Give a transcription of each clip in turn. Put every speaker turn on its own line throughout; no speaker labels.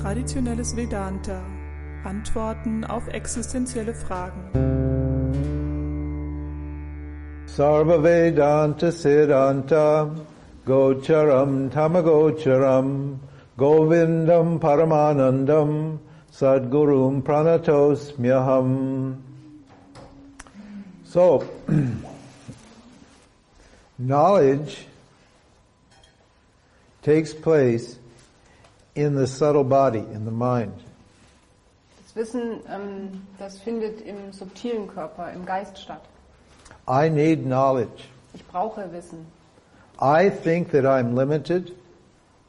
Traditionelles Vedanta – Antworten auf existenzielle Fragen.
Sarvavedanta Siddhanta Gocharam Tamagocharam Govindam Paramanandam Sadgurum Pranatosmyaham. So, knowledge takes place in the subtle body, in the mind.
Das Wissen, ähm, das findet im subtilen Körper, im Geist statt.
I need knowledge.
Ich brauche Wissen.
I think that I'm limited,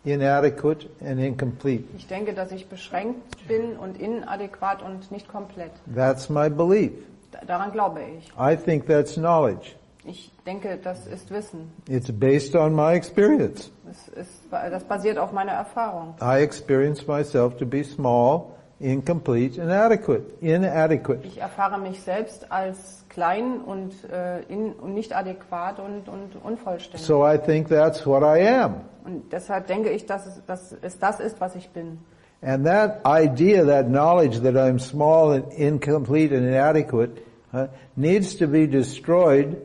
inadequate, and incomplete.
Ich denke, dass ich beschränkt bin und inadäquat und nicht komplett.
That's my belief.
Da- Daran glaube ich.
I think that's knowledge.
Ich denke, das ist Wissen.
It's based on my experience.
Das, ist, das basiert auf meiner Erfahrung.
I experience myself to be small, incomplete, inadequate, inadequate.
Ich erfahre mich selbst als klein und, äh, in, und nicht adäquat und, und unvollständig.
So I think that's what I am.
Und deshalb denke ich, dass es, dass es das ist, was ich bin.
And that idea, that knowledge that I'm small and incomplete and inadequate, uh, needs to be destroyed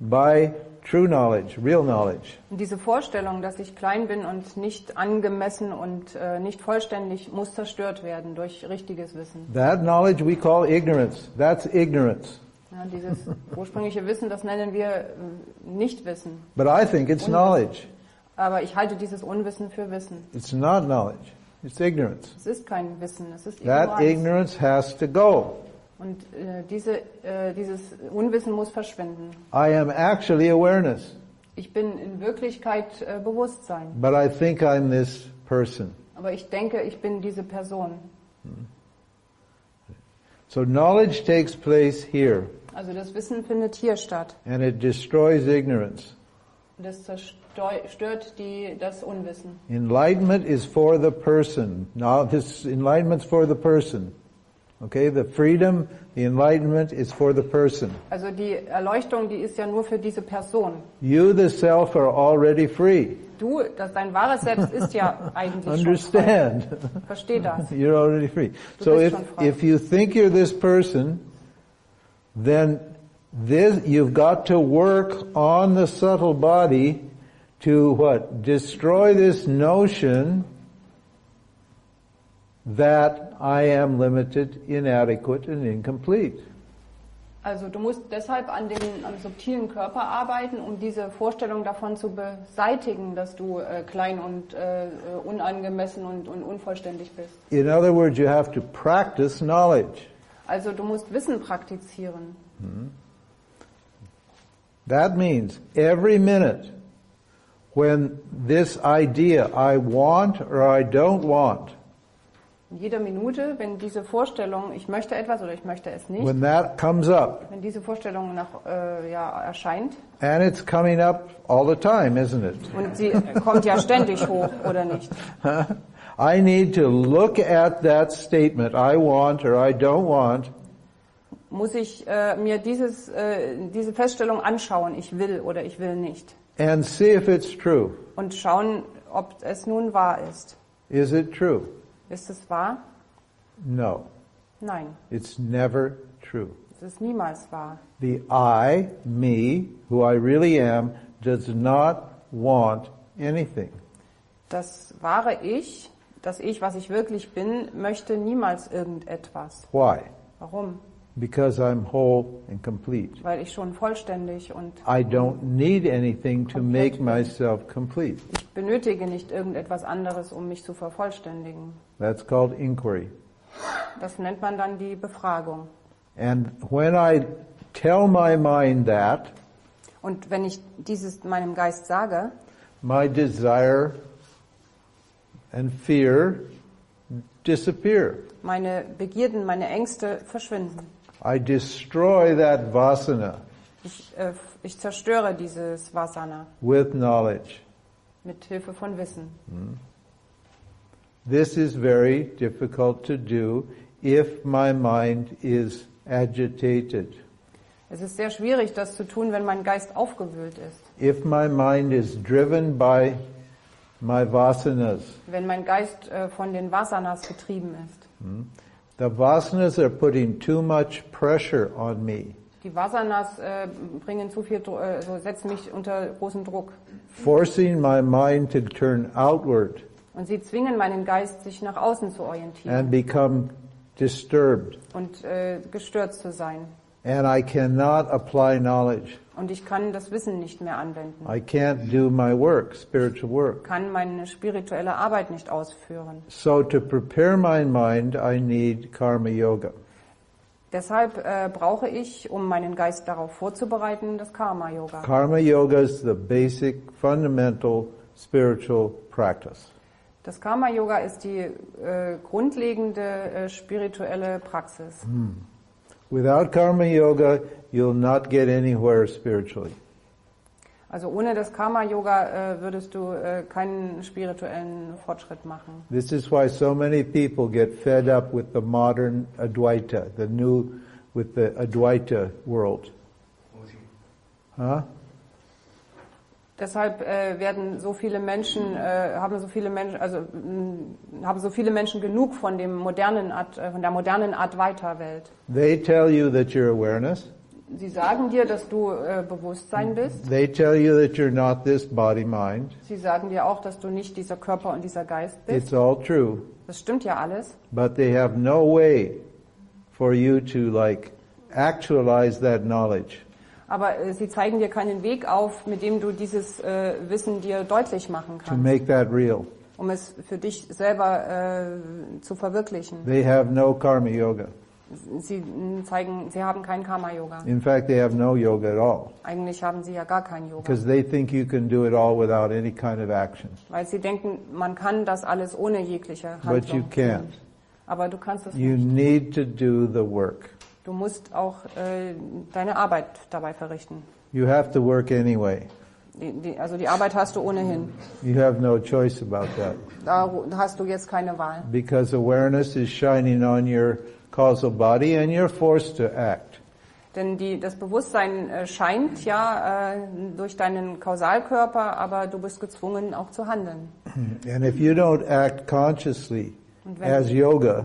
by true knowledge, real knowledge.
Und diese Vorstellung, dass ich klein bin und nicht angemessen und äh, nicht vollständig, muss zerstört werden durch richtiges Wissen.
That knowledge we call ignorance. That's ignorance.
Ja, dieses ursprüngliche Wissen, das nennen wir äh, Nichtwissen.
But I think it's knowledge.
Aber ich halte dieses Unwissen für Wissen.
It's not knowledge. It's ignorance.
Es ist kein Wissen, es ist
That
Ignoranz.
ignorance has to go.
Und äh, diese, äh, dieses Unwissen muss verschwinden.
I am actually awareness,
Ich bin in Wirklichkeit äh, Bewusstsein.
but I think I'm this person.
Aber ich denke, ich bin diese Person.
So knowledge takes place here,
Also das Wissen findet hier statt.
and it destroys ignorance.
Und das zerstört die, das Unwissen.
Enlightenment is for the person. Now this enlightenment's for the person. Okay, the freedom, the enlightenment is for the person.
Also die Erleuchtung, die ist ja nur für diese Person.
You, the self, are already free.
Du, das dein wahres Selbst ist ja eigentlich schon frei.
Understand.
Versteh das.
You're already free. So
bist
if,
schon frei.
if you think you're this person, then this, you've got to work on the subtle body to what? Destroy this notion that I am limited, inadequate, and incomplete.
Also du musst deshalb an dem am subtilen Körper arbeiten, um diese Vorstellung davon zu beseitigen, dass du äh, klein und äh, äh, unangemessen und, und unvollständig bist.
In other words, you have to practice knowledge.
Also du musst Wissen praktizieren.
That means every minute when this idea, I want or I don't want,
In jeder Minute, wenn diese Vorstellung, ich möchte etwas oder ich möchte es nicht,
when that comes up,
wenn diese Vorstellung nach, äh, ja, erscheint
and it's coming up all the time, isn't it?
und sie kommt ja ständig hoch oder nicht,
I need to look at that statement, I want or I don't want,
muss ich äh, mir dieses, äh, diese Feststellung anschauen, ich will oder ich will nicht
and see if it's true.
und schauen, ob es nun wahr ist.
Is it true?
Ist es wahr?
No,
Nein,
it's never true.
es ist niemals wahr.
The I, me, who I really am, does not want anything.
Das wahre Ich, das Ich, was ich wirklich bin, möchte niemals irgendetwas.
Why?
Warum?
Because I'm whole and complete.
Weil ich schon vollständig und
I don't need anything to make myself complete.
ich benötige nicht irgendetwas anderes, um mich zu vervollständigen.
That's called inquiry.
Das nennt man dann die Befragung.
And when I tell my mind that,
Und wenn ich dieses meinem Geist sage,
my desire and fear disappear.
meine Begierden, meine Ängste verschwinden.
I destroy that vasana
Ich, äh, ich zerstöre dieses Vasana
with knowledge.
mit Hilfe von Wissen.
This is very difficult to do if my mind is agitated.
Es ist sehr schwierig, das zu tun, wenn mein Geist aufgewühlt ist.
If my mind is driven by my vasanas.
wenn mein Geist äh, von den Vasanas getrieben ist.
The vasanas are putting too much pressure on me,
Die Vasanas äh, bringen zu viel, Dru- äh, so setzen mich unter großen Druck
forcing my mind to turn outward
und sie zwingen meinen Geist, sich nach außen zu orientieren
and become disturbed.
und äh, gestört zu sein.
And I cannot apply knowledge.
Und ich kann das Wissen nicht mehr anwenden,
I can't do my work, spiritual work.
kann meine spirituelle Arbeit nicht ausführen.
So to prepare my mind, I need karma yoga.
Deshalb äh, brauche ich, um meinen Geist darauf vorzubereiten, das Karma Yoga.
Karma yoga is the basic, fundamental spiritual practice.
Das Karma Yoga ist die äh, grundlegende äh, spirituelle Praxis.
Without karma yoga, you'll not get anywhere spiritually.
Also ohne das Karma Yoga äh, würdest du äh, keinen spirituellen Fortschritt machen.
This is why so many people get fed up with the modern Advaita, the new, with the Advaita world. Huh?
Deshalb äh, werden so viele Menschen äh, haben so viele Menschen also mh, haben so viele Menschen genug von dem modernen Art, äh, von der modernen Art Weiterwelt.
They tell you that you're awareness.
Sie sagen dir, dass du äh, Bewusstsein bist.
They tell you that you're not this body mind.
Sie sagen dir auch, dass du nicht dieser Körper und dieser Geist bist.
It's all true,
Das stimmt ja alles.
but they have no way for you to like actualize that knowledge.
Aber äh, sie zeigen dir keinen Weg auf, mit dem du dieses äh, Wissen dir deutlich machen
to
kannst,
make that real.
um es für dich selber äh, zu verwirklichen.
They have no karma yoga.
Sie mh, zeigen, sie haben kein Karma-Yoga.
In fact, they have no yoga at all
Eigentlich haben sie ja gar kein Yoga.
because they think you can do it all without any kind of action.
Weil sie denken, man kann das alles ohne jegliche
But you
Handlung.
can't.
Aber du kannst es
You
nicht.
need to do the work.
Du musst auch äh, deine Arbeit dabei verrichten.
You have to work anyway.
Die, die, also die Arbeit hast du ohnehin.
You have no choice about that
Da hast du jetzt keine Wahl.
because awareness is shining on your causal body and you're forced to act.
Denn die, das Bewusstsein äh, scheint ja äh, durch deinen Kausalkörper, aber du bist gezwungen auch zu handeln.
And if you don't act consciously
Und wenn-
as yoga,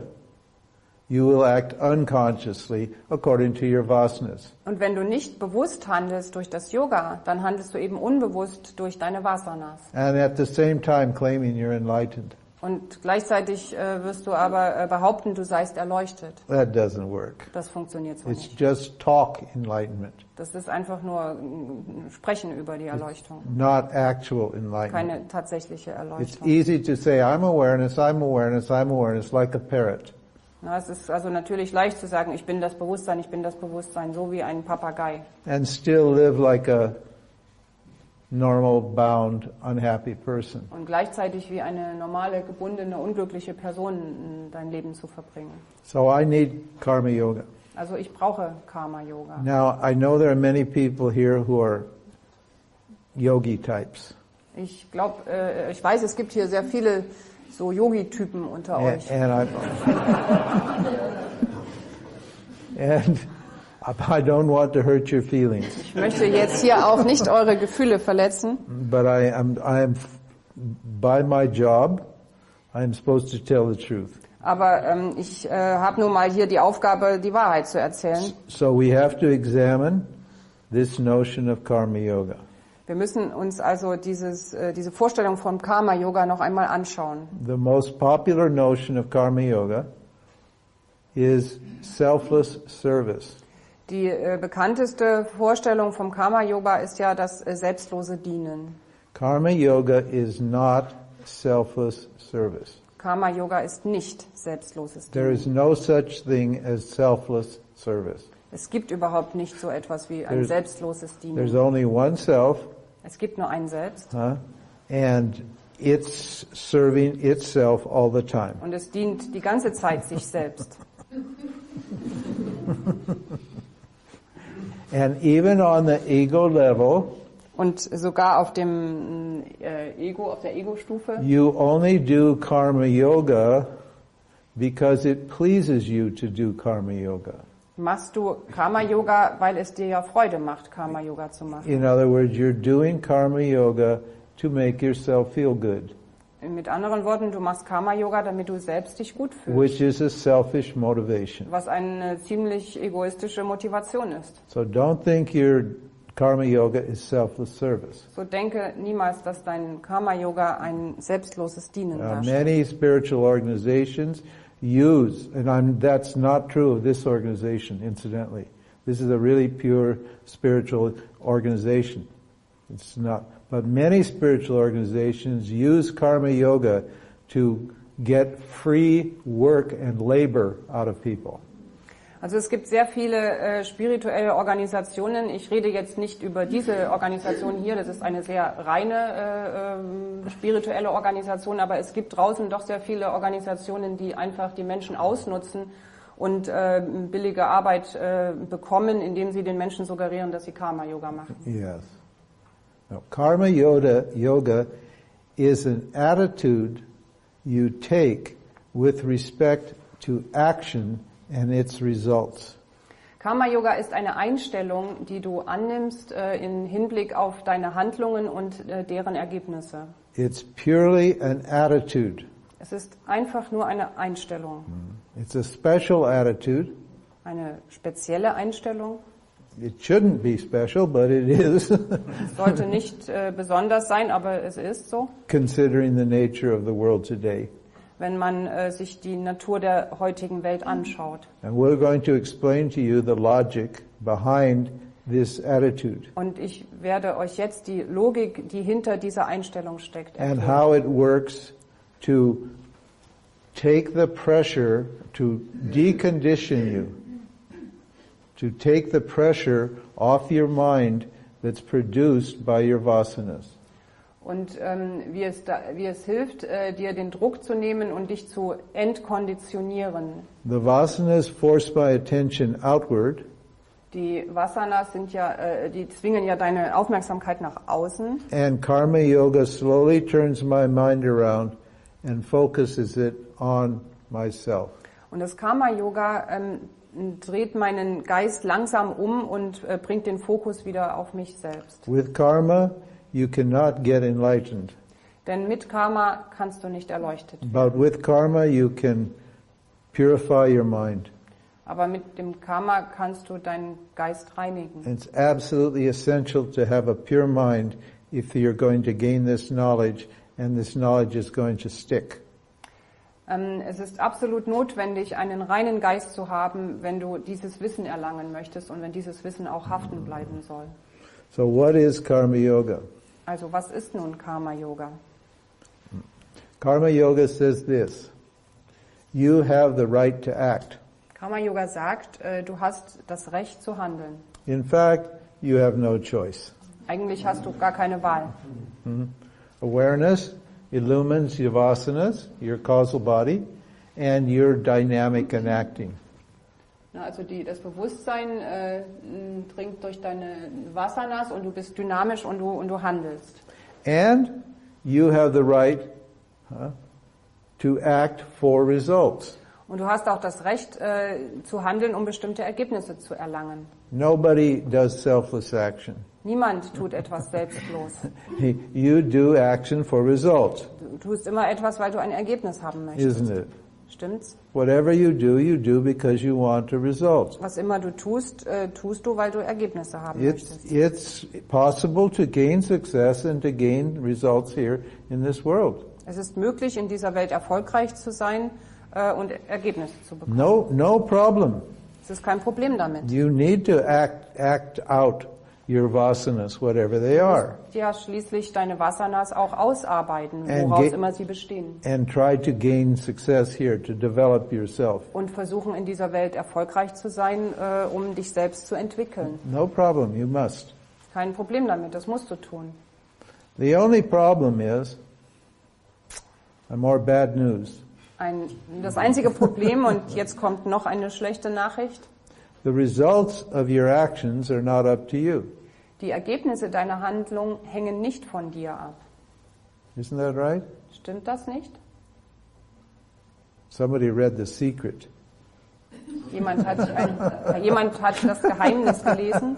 you will act unconsciously according to your vasanas.
Und wenn du nicht bewusst handelst durch das Yoga, dann handelst du eben unbewusst durch deine Vasanas.
and at the same time claiming you're enlightened.
Und gleichzeitig äh, wirst du aber äh, behaupten, du seist erleuchtet.
That doesn't work.
Das funktioniert so
It's
nicht.
just talk enlightenment,
Das ist einfach nur mm, Sprechen über die Erleuchtung,
not actual enlightenment.
keine tatsächliche
It's
Erleuchtung.
easy to say, I'm awareness, I'm awareness, I'm awareness, like a parrot.
Na, es ist also natürlich leicht zu sagen, ich bin das Bewusstsein, ich bin das Bewusstsein, so wie ein Papagei.
And still live like a normal, bound, unhappy person.
und gleichzeitig wie eine normale, gebundene, unglückliche Person mh, dein Leben zu verbringen.
So I need karma yoga.
Also ich brauche Karma-Yoga.
Now, I know there are many people here who are yogi types.
Ich glaube, äh, ich weiß, es gibt hier sehr viele so Yogi-Typen unter
And,
euch.
and I and I don't want to hurt your feelings,
Ich möchte jetzt hier auch nicht eure Gefühle verletzen,
but I am I am by my job, I am supposed to tell the truth.
aber ähm, ich äh, habe nun mal hier die Aufgabe, die Wahrheit zu erzählen.
So we have to examine this notion of karma yoga.
Wir müssen uns also dieses, äh, diese Vorstellung von Karma-Yoga noch einmal anschauen.
The most popular notion of karma yoga is selfless service.
Die äh, bekannteste Vorstellung vom Karma-Yoga ist ja das äh, selbstlose Dienen.
Karma yoga is not selfless service.
Karma Yoga ist nicht selbstloses
There
Dienen.
is no such thing as selfless service.
Es gibt überhaupt nicht so etwas wie ein
There's-
selbstloses
There's
Dienen.
only one self,
Es gibt nur ein Selbst
huh? and it's serving itself all the time.
und es dient die ganze Zeit sich selbst.
And even on the ego level,
Und sogar auf dem äh, Ego, auf der Ego-Stufe,
you only do karma yoga because it pleases you to do karma yoga.
machst du Karma Yoga, weil es dir ja Freude macht, Karma Yoga zu machen.
In other words, you're doing karma yoga to make yourself feel good.
Mit anderen Worten, du machst Karma-Yoga, damit du selbst dich gut fühlst,
which is a selfish motivation.
was eine ziemlich egoistische Motivation ist.
So don't think your karma yoga is selfless service.
So denke niemals, dass dein Karma-Yoga ein selbstloses Dienen
Uh,
darstellt.
many spiritual organizations use, and I'm, that's not true of this organization, incidentally. This is a really pure spiritual organization. It's not, but many spiritual organizations use karma yoga to get free work and labor out of people.
Also es gibt sehr viele äh, spirituelle Organisationen. Ich rede jetzt nicht über diese Organisation hier, das ist eine sehr reine äh, ähm, spirituelle Organisation, aber es gibt draußen doch sehr viele Organisationen, die einfach die Menschen ausnutzen und äh, billige Arbeit äh, bekommen, indem sie den Menschen suggerieren, dass sie Karma-Yoga machen.
Yes. Now, karma yoga, yoga is an attitude you take with respect to action and its results.
Karma-Yoga ist eine Einstellung, die du annimmst äh, in Hinblick auf deine Handlungen und äh, deren Ergebnisse.
It's purely an attitude.
Es ist einfach nur eine Einstellung.
It's a special attitude.
eine spezielle Einstellung.
It shouldn't be special, but it is,
Es sollte nicht äh, besonders sein, aber es ist so.
considering the nature of the world today.
Wenn man äh, sich die Natur der heutigen Welt anschaut.
And we're going to explain to you the logic behind this attitude
Und ich werde euch jetzt die Logik, die hinter dieser Einstellung steckt,
and
erklären.
how it works to take the pressure to decondition you, to take the pressure off your mind that's produced by your vasanas.
Und ähm, wie, es da, wie es hilft, äh, dir den Druck zu nehmen und dich zu entkonditionieren.
The vasanas force my attention outward,
Die Vasanas sind ja, äh, die zwingen ja deine Aufmerksamkeit nach außen.
and karma yoga slowly turns my mind around and focuses it on myself.
Und das Karma-Yoga ähm, dreht meinen Geist langsam um und äh, bringt den Fokus wieder auf mich selbst.
With karma, you cannot get enlightened,
Denn mit Karma kannst du nicht erleuchtet.
but with karma, you can purify your mind.
Aber mit dem Karma kannst du deinen Geist reinigen.
It's absolutely essential to have a pure mind if you're going to gain this knowledge, and this knowledge is going to stick.
Ähm, es ist absolut notwendig, einen reinen Geist zu haben, wenn du dieses Wissen erlangen möchtest und wenn dieses Wissen auch haften bleiben soll.
So, what is karma yoga?
Also was ist nun Karma-Yoga?
Karma Yoga says this You have the right to act.
Karma-Yoga sagt, äh, du hast das Recht zu handeln.
In fact, you have no choice.
Eigentlich hast du gar keine Wahl.
Awareness illumines your vasanas, your causal body, and your dynamic and acting.
Na, also die, das Bewusstsein äh, m, dringt durch deine Vasanas und du bist dynamisch und du, und du handelst.
And you have the right huh, to act for results.
Und du hast auch das Recht äh, zu handeln, um bestimmte Ergebnisse zu erlangen.
Nobody does selfless action.
Niemand tut etwas selbstlos.
You do action for results,
Du tust immer etwas, weil du ein Ergebnis haben möchtest.
isn't it?
Stimmt's?
Whatever you do, you do because you want a result.
Was immer du tust, äh, tust du, weil du Ergebnisse haben
It's,
möchtest.
it's possible to gain success and to gain results here in this world.
Es ist möglich, in dieser Welt erfolgreich zu sein äh, und Ergebnisse zu bekommen.
No, no problem.
Es ist kein Problem damit.
You need to act, act out your vasanas, whatever they are,
Ja, schließlich deine Vasanas auch ausarbeiten,
And
woraus
ge-
immer sie bestehen.
and try to gain success here, to develop yourself.
und versuchen in dieser Welt erfolgreich zu sein, äh, um dich selbst zu entwickeln.
No problem, you must.
Kein Problem damit, das musst du tun.
The only problem is, and more bad news,
Ein, das einzige Problem, und jetzt kommt noch eine schlechte Nachricht,
the results of your actions are not up to you.
die Ergebnisse deiner Handlung hängen nicht von dir ab.
Isn't that right?
Stimmt das nicht?
Somebody read The Secret.
Jemand hat, ein, äh, jemand hat das Geheimnis gelesen.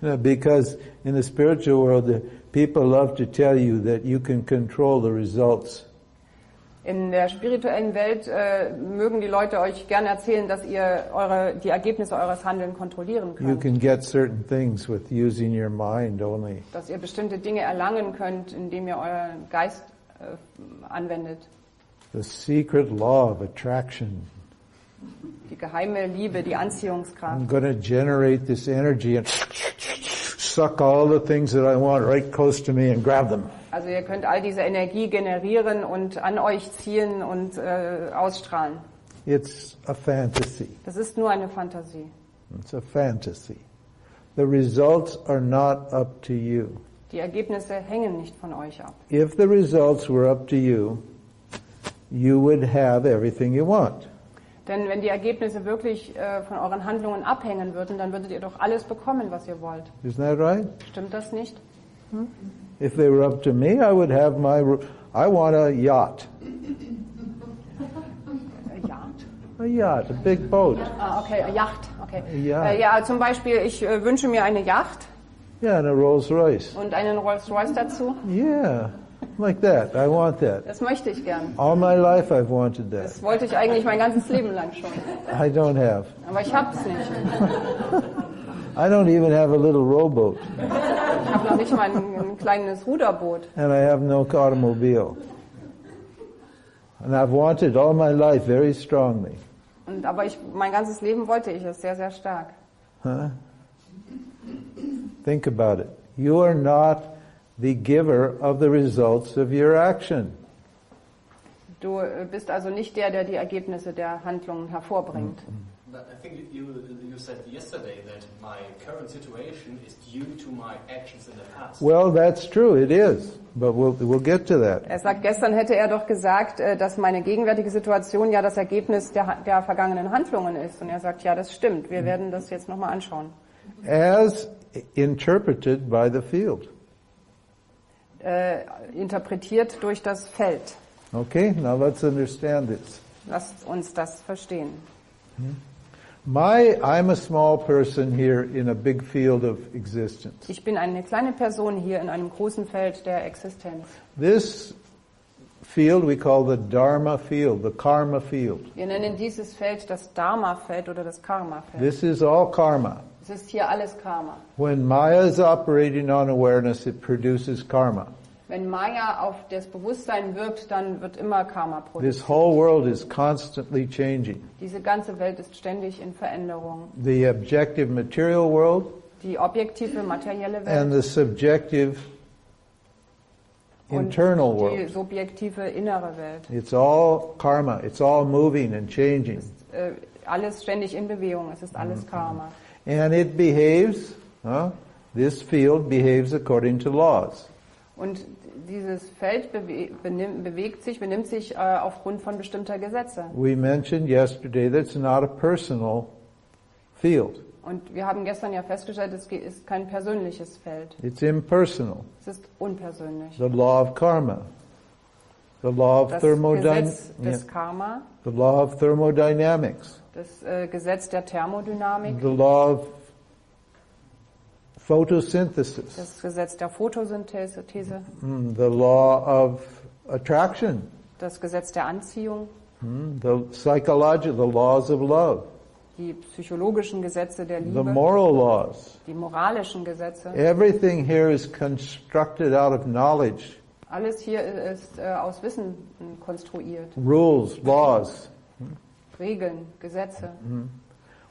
You know, because in the spiritual world, the, People love to tell you that you can control the results.
In der spirituellen Welt äh, mögen die Leute euch gerne erzählen, dass ihr eure, die Ergebnisse eures Handelns kontrollieren
You
könnt.
can get certain things with using your mind only.
Dass ihr bestimmte Dinge erlangen könnt, indem ihr euren Geist äh, anwendet.
The secret law of attraction.
Die geheime Liebe, die
I'm
Anziehungskraft.
going to generate this energy and suck all the things that I want right close to me and grab them.
Also ihr könnt all diese Energie generieren und an euch ziehen und äh, ausstrahlen.
It's a fantasy.
Das ist nur eine Fantasie.
It's a fantasy. The results are not up to you.
Die Ergebnisse hängen nicht von euch ab.
If the results were up to you, you would have everything you want.
Denn wenn die Ergebnisse wirklich äh, von euren Handlungen abhängen würden, dann würdet ihr doch alles bekommen, was ihr wollt.
Isn't that right?
Stimmt das nicht?
If they were up to me, I would have my, I want a yacht.
Äh, ja.
A yacht, a big boat.
Ah, okay, äh, Yacht. Okay.
Ja.
Äh, ja, zum Beispiel, ich äh, wünsche mir eine Yacht
Yeah, and a Rolls Royce.
und einen Rolls-Royce dazu.
Yeah, like that. I want that.
Das möchte ich gern.
All my life I've wanted that.
Das wollte ich eigentlich mein ganzes Leben lang schon.
I don't have.
Aber ich habe es nicht.
I don't even have a little rowboat.
Ich habe noch nicht mal ein, ein kleines Ruderboot.
and I have no automobile. And I've wanted all my life very strongly.
Und, aber ich, mein ganzes Leben wollte ich es sehr, sehr stark.
Huh? Think about it. You are not the giver of the results of your action.
Du äh, bist also nicht der, der die Ergebnisse der Handlungen hervorbringt.
But I think you you said yesterday that my current situation is due to my actions in the past.
Well, that's true, it is. But we'll, we'll get to that.
Er sagt, gestern hätte er doch gesagt, äh, dass meine gegenwärtige Situation ja das Ergebnis der, Ha- der vergangenen Handlungen ist. Und er sagt, ja, das stimmt. Wir werden das jetzt nochmal anschauen.
As interpreted by the field.
Äh, interpretiert durch das Feld.
Okay, now let's understand this.
Lasst uns das verstehen.
My, I'm a small person here in a big field of existence.
Ich bin eine kleine Person hier in einem großen Feld der Existenz.
This field we call the Dharma field, the karma field.
Wir nennen dieses Feld das Dharma-Feld oder das Karma-Feld.
This is all karma.
Es ist hier alles Karma.
When Maya is operating on awareness, it produces karma.
Wenn Maya auf das Bewusstsein wirkt, dann wird immer Karma produziert.
This whole world is constantly changing.
Diese ganze Welt ist ständig in Veränderung.
The objective material world
Die objektive materielle Welt
and the subjective
und
internal
die
world.
subjektive innere Welt.
It's all karma. It's all moving and changing.
Äh, alles ständig in Bewegung. Es ist
Mhm.
alles Karma.
And it behaves, huh? this field behaves according to laws.
Und dieses Feld bewe benimm- bewegt sich, benimmt sich äh, aufgrund von bestimmter Gesetze.
We mentioned yesterday that it's not a personal field.
Und wir haben gestern ja festgestellt, es ge- ist kein persönliches Feld.
It's impersonal.
Es ist unpersönlich.
The law of karma. The law of
Das
thermodynamics.
Gesetz des Karma,
The law of thermodynamics.
das äh, Gesetz der Thermodynamik,
The law of photosynthesis.
das Gesetz der Photosynthese, These,
Mm, The law of attraction.
das Gesetz der Anziehung,
Mm, The psychological, the laws of love.
die psychologischen Gesetze der
The
Liebe,
moral laws.
die moralischen Gesetze.
Everything here is constructed out of knowledge,
Alles hier ist äh, aus Wissen äh, konstruiert.
rules, laws.
Regeln, Gesetze.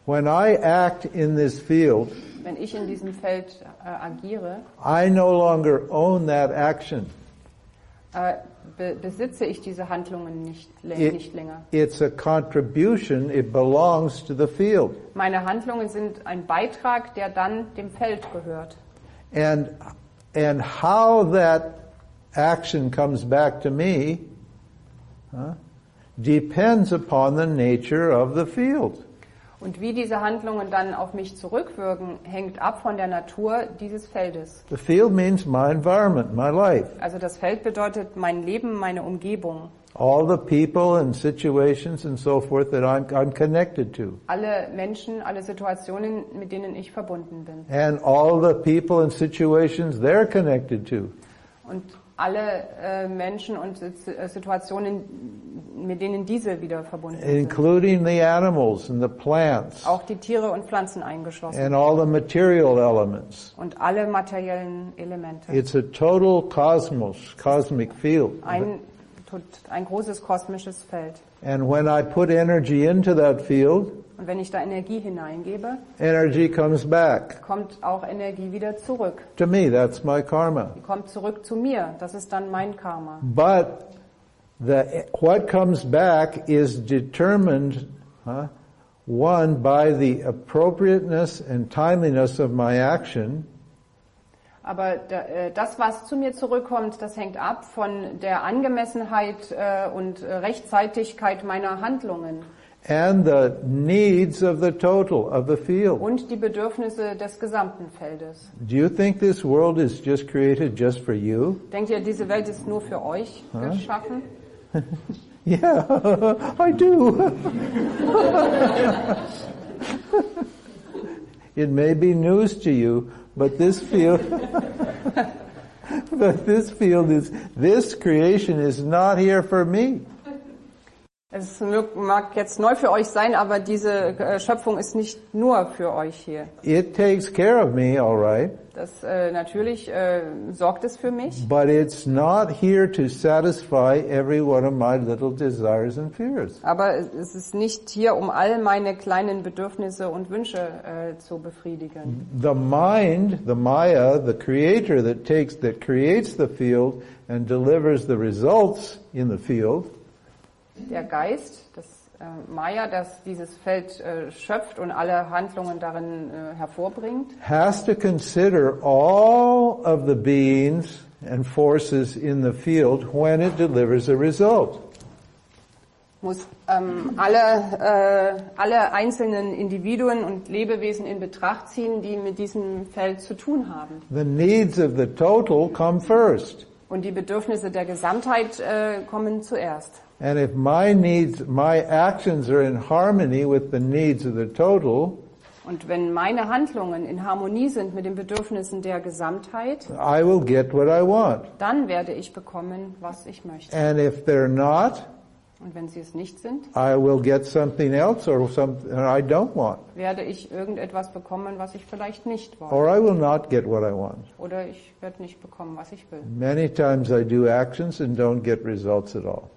When I act in this field,
Wenn ich in diesem Feld äh, agiere,
I no longer own that action.
äh, be besitze ich diese Handlungen nicht, lä-
It-
nicht länger.
It's a contribution, it belongs to the field.
Meine Handlungen sind ein Beitrag, der dann dem Feld gehört.
And, and how that action comes back to me huh, depends upon the nature of the field.
Und wie diese Handlungen dann auf mich zurückwirken, hängt ab von der Natur dieses Feldes.
The field means my environment, my life.
Also das Feld bedeutet mein Leben, meine Umgebung.
all the people and situations and so forth that I'm, I'm connected to,
alle Menschen, alle Situationen, mit denen ich verbunden bin.
and all the people and situations they're connected to.
Und alle äh, Menschen und Sit- äh, Situationen, mit denen diese wieder verbunden sind.
including the animals and the plants
Auch die Tiere und Pflanzen eingeschlossen.
and all the material elements.
Und alle materiellen Elemente.
It's a total cosmos, cosmic field.
Ein, tot- ein großes kosmisches Feld.
And when I put energy into that field,
Und wenn ich da Energie hineingebe,
energy comes back.
kommt auch Energie wieder zurück.
To me, that's my karma.
Die kommt zurück zu mir. Das ist dann mein Karma.
But the, what comes back is determined, huh, one, by the appropriateness and timeliness of my action,
Aber da, äh, das, was zu mir zurückkommt, das hängt ab von der Angemessenheit äh, und äh, Rechtzeitigkeit meiner Handlungen
and the needs of the total, of the field.
und die Bedürfnisse des gesamten Feldes.
Do you think this world is just created just for you?
Denkt ihr, diese Welt ist nur für euch geschaffen?
Yeah, I do. it may be news to you, but this field, but this field is, this creation is not here for me.
Es mög- mag jetzt neu für euch sein, aber diese äh, Schöpfung ist nicht nur für euch hier.
It takes care of me, all right,
Das äh, natürlich äh, sorgt es für mich,
but it's not here to satisfy every one of my little desires and fears.
aber es ist nicht hier, um all meine kleinen Bedürfnisse und Wünsche äh, zu befriedigen.
the mind, the Maya, the creator that takes, that creates the field and delivers the results in the field,
der Geist, das äh, Maya, das dieses Feld äh, schöpft und alle Handlungen darin äh, hervorbringt,
has to consider all of the beings and forces in the field when it delivers a result.
muss ähm, alle, äh, alle einzelnen Individuen und Lebewesen in Betracht ziehen, die mit diesem Feld zu tun haben.
The needs of the total come first.
Und die Bedürfnisse der Gesamtheit äh, kommen zuerst.
And if my needs, my actions are in harmony with the needs of the total,
Und wenn meine Handlungen in Harmonie sind mit den Bedürfnissen der Gesamtheit,
I will get what I want.
dann werde ich bekommen, was ich möchte.
And if they're not,
Und wenn sie es nicht sind,
I will get something else or something I don't want,
werde ich irgendetwas bekommen, was ich vielleicht nicht wollte.
or I will not get what I want.
oder ich werde nicht bekommen, was ich will.
Many times I do actions and don't get results at all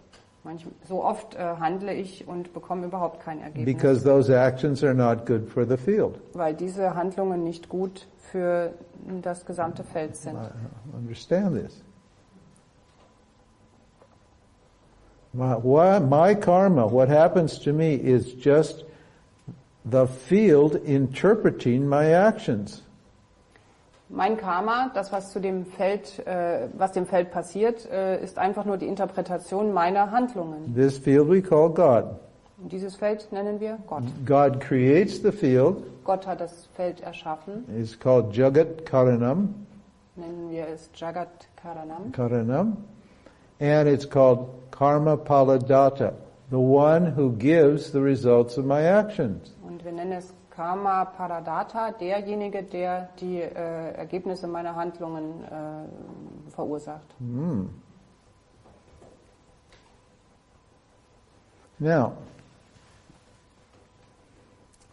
Manch, so oft äh, handle ich und bekomme überhaupt kein Ergebnis,
because those actions are not good for the field.
weil diese Handlungen nicht gut für das gesamte Feld sind.
I understand this. My, why, my karma, what happens to me is just the field interpreting my actions.
Mein Karma, das was zu dem Feld, äh, was dem Feld passiert, äh, ist einfach nur die Interpretation meiner Handlungen.
This field we call God.
Und dieses Feld nennen wir Gott.
God creates the field.
Gott hat das Feld erschaffen,
It's called Jagat Karanam.
nennen wir es Jagat Karanam.
karanam, and it's called karma paladatta, the one who gives the results of my actions.
Und wir nennen es Karma Paradata, derjenige, der die äh, Ergebnisse meiner Handlungen äh, verursacht.
Now,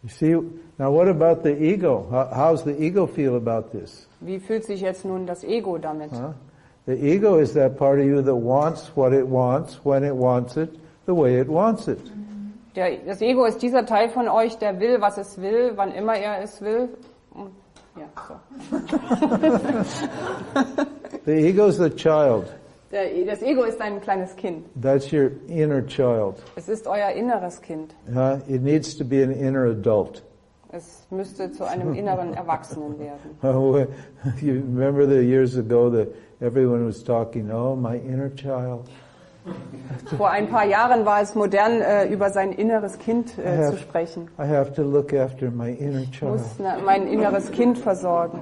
you see, now what about the ego? How, how's the ego feel about this?
Wie fühlt sich jetzt nun das Ego damit?
Huh? The ego is that part of you that wants what it wants, when it wants it, the way it wants it.
Der, das Ego ist dieser Teil von euch, der will, was es will, wann immer er es will. Und- Ja, so.
The ego's the child.
der, das Ego ist ein kleines Kind.
That's your inner child.
Es ist euer inneres Kind.
huh? It needs to be an inner adult.
Es müsste zu einem inneren Erwachsenen werden.
Oh, you remember the years ago that everyone was talking, oh, my inner child.
Vor ein paar Jahren war es modern, äh, über sein inneres Kind
Ja.
äh, zu sprechen.
I have to look after my inner
Ich
child.
muss na, mein inneres Kind versorgen.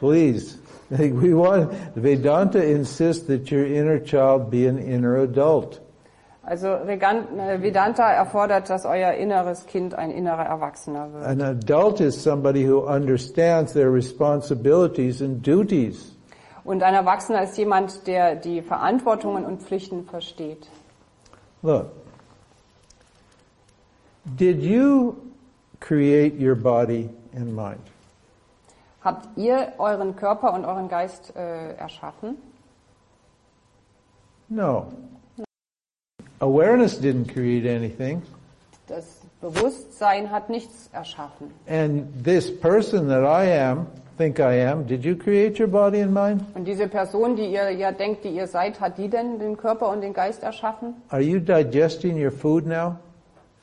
Please. we want Vedanta insists that your inner child be an inner adult.
Also Regan- äh, Vedanta erfordert, dass euer inneres Kind ein innerer Erwachsener wird.
An adult is somebody who understands their responsibilities and duties.
Und ein Erwachsener ist jemand, der die Verantwortungen und Pflichten versteht.
Look, did you create your body and mind?
Habt ihr euren Körper und euren Geist äh, erschaffen?
No. Awareness didn't create anything.
Das Bewusstsein hat nichts erschaffen.
And this person that I am, think I am, did you create your body and mind?
Und diese Person, die ihr ja denkt, die ihr seid, hat die denn den Körper und den Geist erschaffen?
Are you digesting your food now?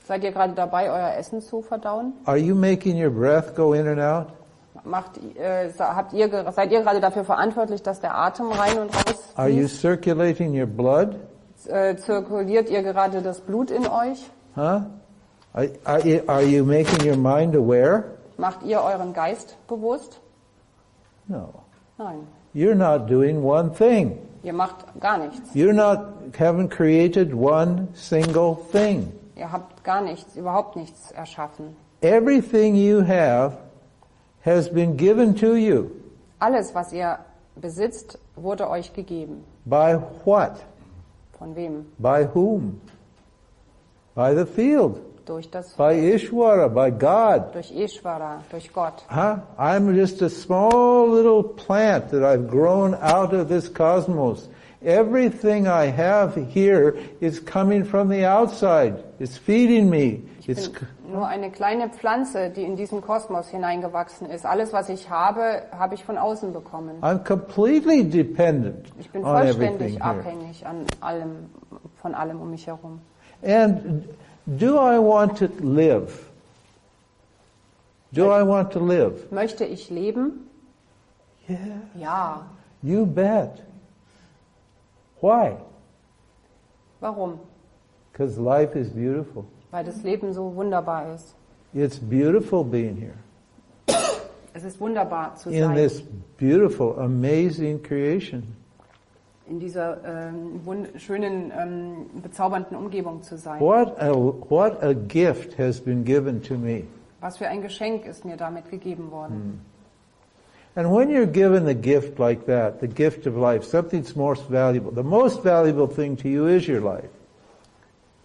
Seid ihr gerade dabei, euer Essen zu verdauen?
Are you making your breath go in and out?
Macht, äh, sa- habt ihr, ge- seid ihr gerade dafür verantwortlich, dass der Atem rein und raus
Are you circulating your blood?
äh, zirkuliert ihr gerade das Blut in euch?
Huh? Are, are, you, are you making your mind aware?
Macht ihr euren Geist bewusst?
No.
Nein,
You're not doing one thing.
ihr macht gar nichts.
You're not, haven't created one single thing.
Ihr habt gar nichts, überhaupt nichts erschaffen.
Everything you have has been given to you
Alles, was ihr besitzt, wurde euch gegeben.
by what?
Von wem?
By whom? By the field,
Durch das,
by Ishwara, by God.
durch Ishvara, durch Gott.
Huh? I'm just a small little plant that I've grown out of this cosmos. Everything I have here is coming from the outside. It's feeding me. It's c-
Nur eine kleine Pflanze, die in diesen Kosmos hineingewachsen ist. Alles, was ich habe, habe ich von außen bekommen.
I'm completely dependent
Ich bin
on everything
vollständig
here.
abhängig an allem, von allem um mich herum.
And do I want to live? Do I want to live?
Möchte ich leben?
Yeah,
Ja.
you bet. Why?
Warum?
Because life is beautiful.
Weil das Leben so wunderbar ist.
It's beautiful being here
Es ist wunderbar zu
in
sein.
this beautiful, amazing creation.
In dieser ähm, wund- schönen, ähm, bezaubernden Umgebung zu sein.
What a, what a gift has been given to me.
Was für ein Geschenk ist mir damit gegeben worden.
And when you're given a gift like that, the gift of life, something's most valuable. The most valuable thing to you is your life.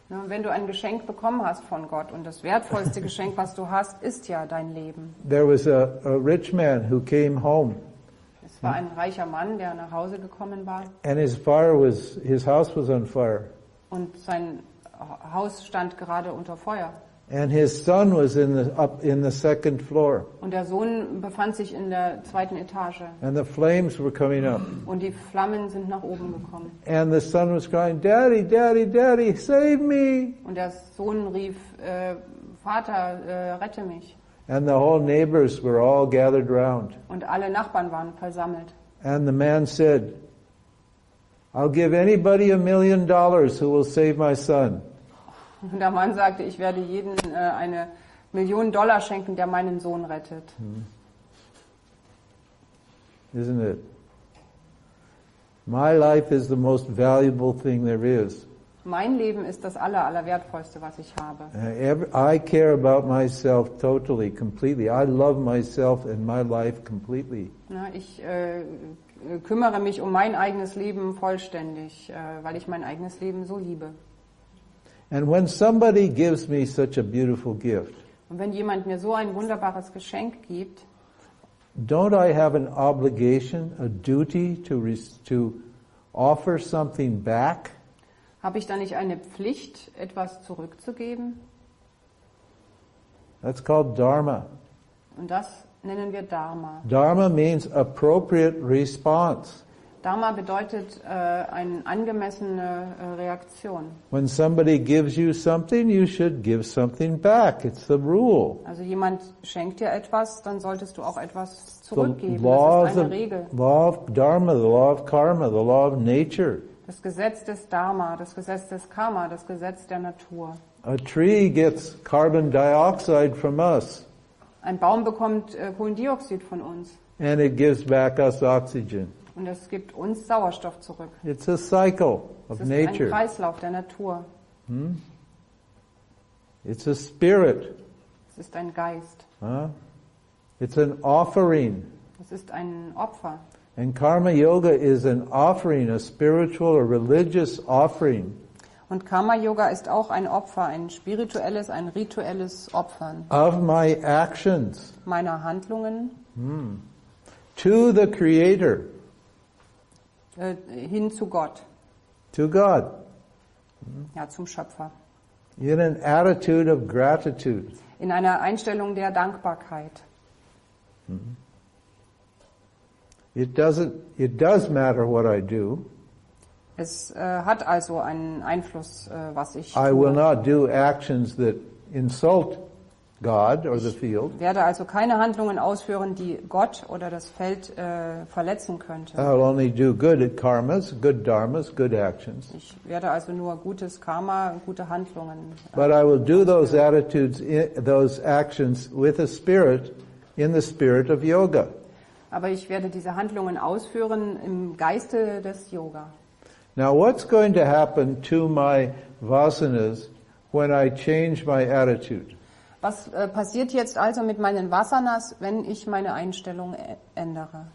Ne, und wenn du ein Geschenk bekommen hast von Gott und das wertvollste Geschenk, was du hast, ist ja dein Leben.
There was a, a rich man who came home
Es war ein reicher Mann, der nach Hause gekommen war
and his fire was, his house was on fire.
und sein Haus stand gerade unter Feuer.
And his son was in the, up in the second floor
Und der Sohn befand sich in der zweiten Etage
and the flames were coming up.
und die Flammen sind nach oben gekommen.
And the son was crying, Daddy, Daddy, Daddy, save me.
Und der Sohn rief, äh, Vater, äh, rette mich.
And the whole neighbors were all gathered round.
Und alle Nachbarn waren versammelt.
And the man said, I'll give anybody a million dollars who will save my son.
Und der Mann sagte, ich werde jedem äh, eine Million Dollar schenken, der meinen Sohn rettet.
Isn't it? My life is the most valuable thing there is.
Mein Leben ist das aller, allerwertvollste, was ich habe.
Uh, every- I care about myself totally, completely. I love myself and my life completely.
Na, Ich äh, kümmere mich um mein eigenes Leben vollständig, äh, weil ich mein eigenes Leben so liebe.
And when somebody gives me such a beautiful gift,
Und wenn jemand mir so ein wunderbares Geschenk gibt,
don't I have an obligation, a duty to, res- to offer something back?
habe ich dann nicht eine Pflicht, etwas zurückzugeben?
That's called dharma.
Und das nennen wir Dharma.
Dharma means appropriate response.
Dharma bedeutet äh, eine angemessene äh, Reaktion.
When somebody gives you something, you should give something back. It's the rule.
Also jemand schenkt dir etwas, dann solltest du auch etwas
The
zurückgeben. Das
laws
ist eine
of,
Regel.
law of dharma, the law of karma, the law of nature.
Das Gesetz des Dharma, das Gesetz des Karma, das Gesetz der Natur.
A tree gets carbon dioxide from us.
Ein Baum bekommt äh, Kohlendioxid von uns.
and it gives back us oxygen.
Und es gibt uns Sauerstoff zurück.
It's a cycle
Es
of
ist ein
nature.
Kreislauf der Natur.
It's a spirit.
Es ist ein Geist.
Huh? It's an offering.
Es ist ein Opfer.
And karma yoga is an offering, a spiritual or religious offering
Und Karma Yoga ist auch ein Opfer, ein spirituelles, ein rituelles Opfern
of my actions
meiner Handlungen
to the creator,
äh, hin zu Gott,
to God,
ja zum Schöpfer.
in an attitude of gratitude.
In einer Einstellung der Dankbarkeit.
It doesn't, it does matter what I do.
Es äh, hat also einen Einfluss, äh, was ich
I will
tue.
not do actions that insult God or the field.
werde also keine Handlungen ausführen, die Gott oder das Feld äh, verletzen könnte.
I'll only do good karmas, good dharmas, good actions.
Ich werde also nur gutes Karma, gute Handlungen. äh,
But I will do those attitudes, i- those actions with a spirit, in the spirit of yoga.
Aber ich werde diese Handlungen ausführen im Geiste des Yoga.
Now, what's going to happen to my vasanas when I change my attitude?
Was äh, passiert jetzt also mit meinen Vasanas, wenn ich meine Einstellung ä- ändere?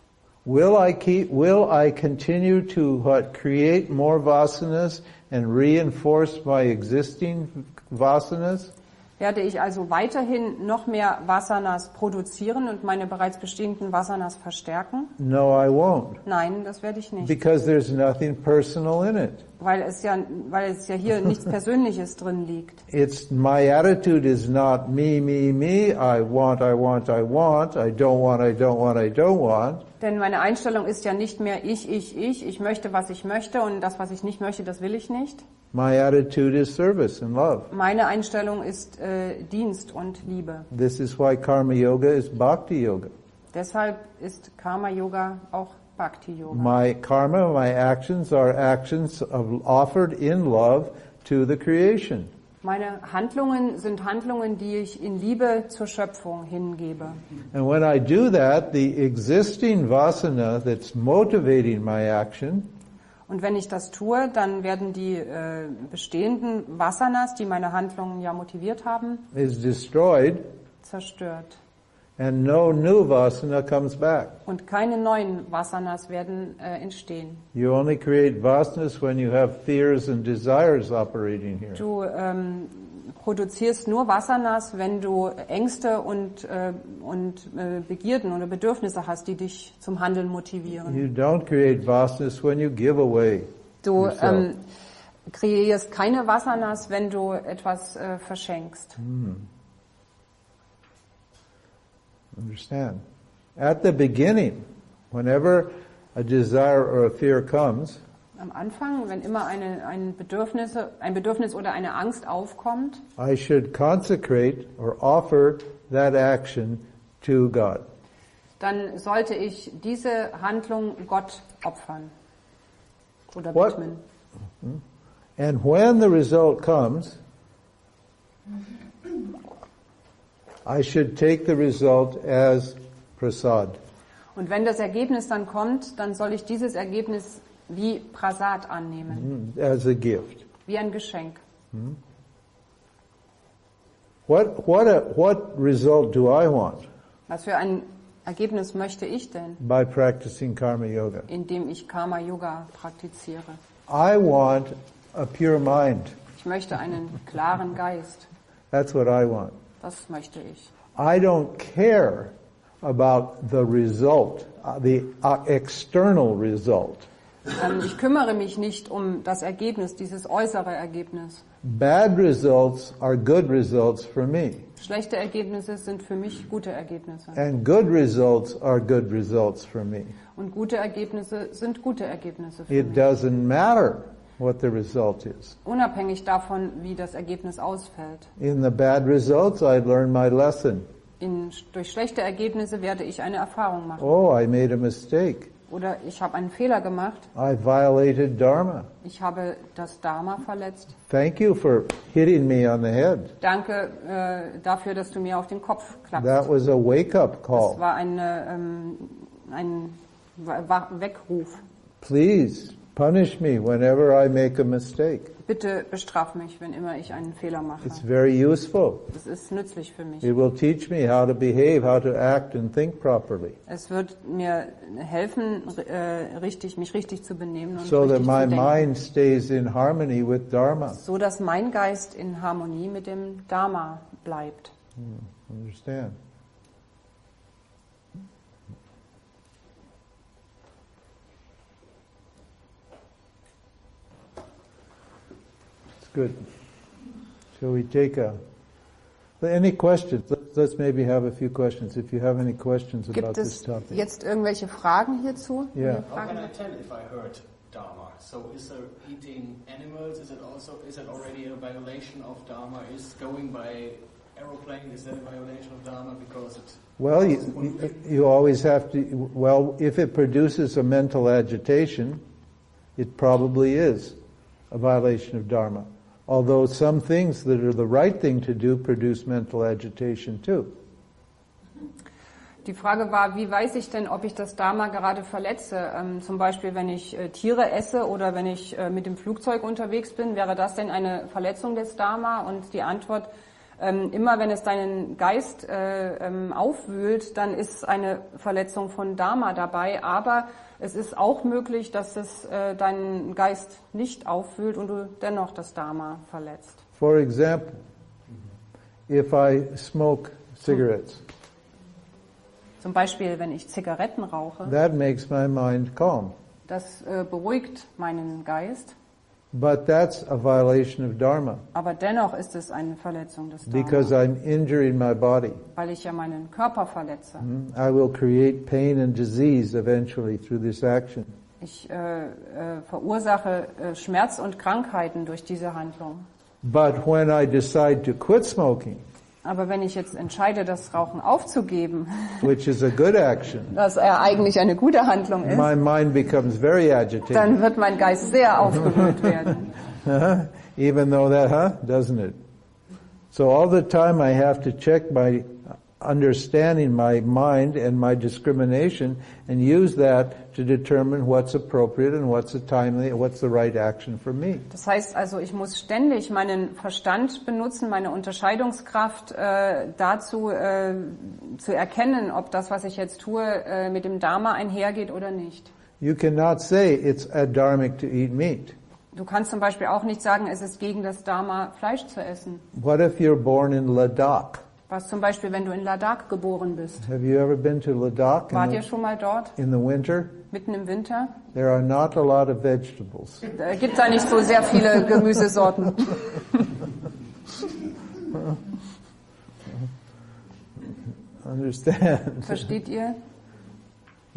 Will I keep, will I continue to what, create more vasanas and reinforce my existing vasanas?
Werde ich also weiterhin noch mehr Vasanas produzieren und meine bereits bestehenden Vasanas verstärken?
No, I won't.
Nein, das werde ich nicht,
Because there's nothing personal in it.
weil es ja, weil es ja hier nichts Persönliches drin liegt.
It's, my attitude is not me, me, me, I want, I want, I want, I don't want, I don't want, I don't want.
Denn meine Einstellung ist ja nicht mehr ich, ich, ich, ich möchte, was ich möchte und das, was ich nicht möchte, das will ich nicht.
My attitude is service and love.
Meine Einstellung ist äh, Dienst und Liebe.
This is why Karma Yoga is Bhakti Yoga.
Deshalb ist Karma Yoga auch Bhakti Yoga.
My karma, my actions are actions of, offered in love to the creation.
Meine Handlungen sind Handlungen, die ich in Liebe zur Schöpfung hingebe.
And when I do that, the existing vasana that's motivating my action
Und wenn ich das tue, dann werden die äh, bestehenden Vasanas, die meine Handlungen ja motiviert haben,
is destroyed
zerstört.
and no new vasana comes back.
Und keine neuen Vasanas werden äh, entstehen.
You only create vasanas when you have fears and desires operating here.
Du ähm, produzierst nur Vasanas, wenn du Ängste und, äh, und äh, Begierden oder Bedürfnisse hast, die dich zum Handeln motivieren.
You don't create vasanas when you give away.
Du
Yourself.
ähm, kreierst keine Vasanas, wenn du etwas äh, verschenkst.
Understand? At the beginning, whenever a desire or a fear comes,
Am Anfang, wenn immer eine, ein, Bedürfnis, ein Bedürfnis oder eine Angst aufkommt,
I should consecrate or offer that action to God.
dann sollte ich diese Handlung Gott opfern oder
What?
widmen.
And when the result comes, I should take the result as prasad.
Und wenn das Ergebnis dann kommt, dann soll ich dieses Ergebnis wie Prasad annehmen,
as a gift.
wie ein Geschenk.
What what a, what result do I want
Was für ein Ergebnis möchte ich denn,
by practicing karma yoga?
indem ich Karma Yoga praktiziere?
I want a pure mind.
Ich möchte einen klaren Geist.
That's what I want.
Das möchte ich.
I don't care about the result, uh, the uh, external result.
Ähm, ich kümmere mich nicht um das Ergebnis, dieses äußere Ergebnis.
Bad results are good results for me,
Schlechte Ergebnisse sind für mich gute Ergebnisse.
and good results are good results for me.
Und gute Ergebnisse sind gute Ergebnisse für
It
mich.
doesn't matter what the result is.
Unabhängig davon, wie das Ergebnis ausfällt.
In the bad results, I learn my lesson.
In, durch schlechte Ergebnisse werde ich eine Erfahrung machen.
Oh, I made a mistake.
Oder ich habe einen Fehler gemacht.
I violated Dharma.
Ich habe das Dharma verletzt.
Thank you for hitting me on the head.
Danke äh, dafür, dass du mir auf den Kopf
That
klappst.
was a wake up
Das
call.
war eine ähm, ein Wa- Wa- Weckruf.
Please punish me whenever I make a mistake.
Bitte bestraf mich, wenn immer ich einen Fehler mache.
It's very useful.
Es ist nützlich für mich.
It will teach me how to behave, how to act and think properly.
Es wird mir helfen, ri- äh, richtig, mich richtig zu benehmen und
So that
richtig
my
zu denken.
mind stays in harmony with Dharma.
So dass mein Geist in Harmonie mit dem Dharma bleibt.
Understand? It's good. Shall we take a, any questions? Let- Let's maybe have a few questions, if you have any questions about
Gibt
this
es
topic.
jetzt irgendwelche Fragen hierzu?
Ja.
Wenn ihr
How can I
Fragen-
tell if I heard Dharma? So is there eating animals? Is it also is it already a violation of Dharma? Is going by aeroplane is that a violation of Dharma because it
Well, you, you- you always have to, well, if it produces a mental agitation, it probably is a violation of Dharma. Although some things that are the right thing to do produce mental agitation too.
Die Frage war, wie weiß ich denn, ob ich das Dharma gerade verletze? Ähm, zum Beispiel, wenn ich äh, Tiere esse oder wenn ich äh, mit dem Flugzeug unterwegs bin, wäre das denn eine Verletzung des Dharma? Und die Antwort, ähm, immer wenn es deinen Geist äh, ähm, aufwühlt, dann ist eine Verletzung von Dharma dabei. Aber es ist auch möglich, dass es äh, deinen Geist nicht aufwühlt und du dennoch das Dharma verletzt.
For example, if I smoke cigarettes,
Zum Beispiel, wenn ich Zigaretten rauche,
that makes my mind calm.
das äh, beruhigt meinen Geist.
But that's a violation of Dharma
Aber dennoch ist es eine Verletzung des
because
Dharma,
I'm injuring my body.
weil ich ja meinen Körper verletze.
I will create pain and disease eventually through this action.
Ich äh, äh, verursache äh, Schmerz und Krankheiten durch diese Handlung.
But when I decide to quit smoking,
Aber wenn ich jetzt entscheide, das Rauchen aufzugeben,
which is a good action,
was ja eigentlich eine gute Handlung ist,
my mind becomes very agitated.
dann wird mein Geist sehr aufgewühlt werden.
Huh? Even though that, huh? Doesn't it? So all the time I have to check my understanding, my mind and my discrimination and use that to determine what's appropriate and what's a timely and what's the right action for me.
Das heißt also, ich muss ständig meinen Verstand benutzen, meine Unterscheidungskraft äh, dazu äh, zu erkennen, ob das, was ich jetzt tue, äh, mit dem Dharma einhergeht oder nicht.
You cannot say it's adharmic to eat meat.
Du kannst zum Beispiel auch nicht sagen, es ist gegen das Dharma, Fleisch zu essen.
What if you're born in Ladakh?
Was zum Beispiel, wenn du in Ladakh geboren bist.
Have you ever been to Ladakh in
Wart ihr
the,
schon mal dort,
in the winter?
mitten im Winter?
There are not a lot of vegetables.
Da gibt da nicht so sehr viele Gemüsesorten.
Understand?
Versteht ihr?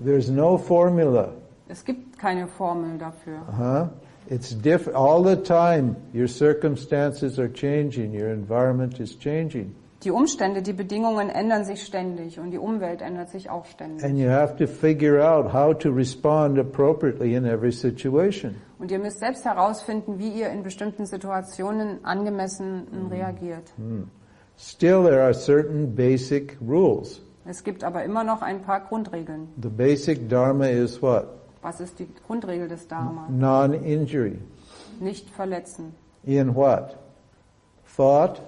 There's no formula,
Es gibt keine Formel dafür.
huh? It's diff all the time. Your circumstances are changing. Your environment is changing,
Die Umstände, die Bedingungen ändern sich ständig und die Umwelt ändert sich auch ständig.
and you have to figure out how to respond appropriately in every situation.
Und ihr müsst selbst herausfinden, wie ihr in bestimmten Situationen angemessen reagiert.
Still, there are certain basic rules.
Es gibt aber immer noch ein paar Grundregeln.
The basic dharma is what?
Was ist die Grundregel des Dharma?
Mhm. Non-injury.
Nicht verletzen.
In what? Thought,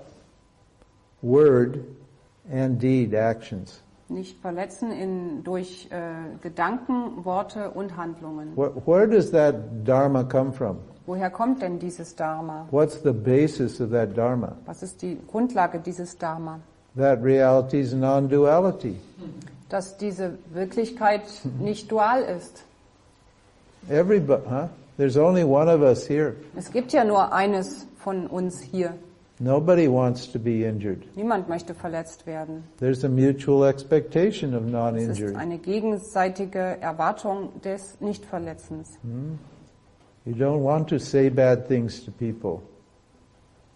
word, and deed, actions.
Nicht verletzen in, durch äh, Gedanken, Worte und Handlungen.
Where, where does that dharma come from?
Woher kommt denn dieses Dharma?
What's the basis of that dharma?
Was ist die Grundlage dieses Dharma?
That reality's non-duality.
Dass diese Wirklichkeit nicht dual ist.
Everybody, huh? There's only one of us here.
Es gibt ja nur eines von uns hier.
Nobody wants to be injured.
Niemand möchte verletzt werden.
There's a mutual expectation of
Es ist
non-injury.
eine gegenseitige Erwartung des Nichtverletzens.
Hm. You don't want to say bad things to people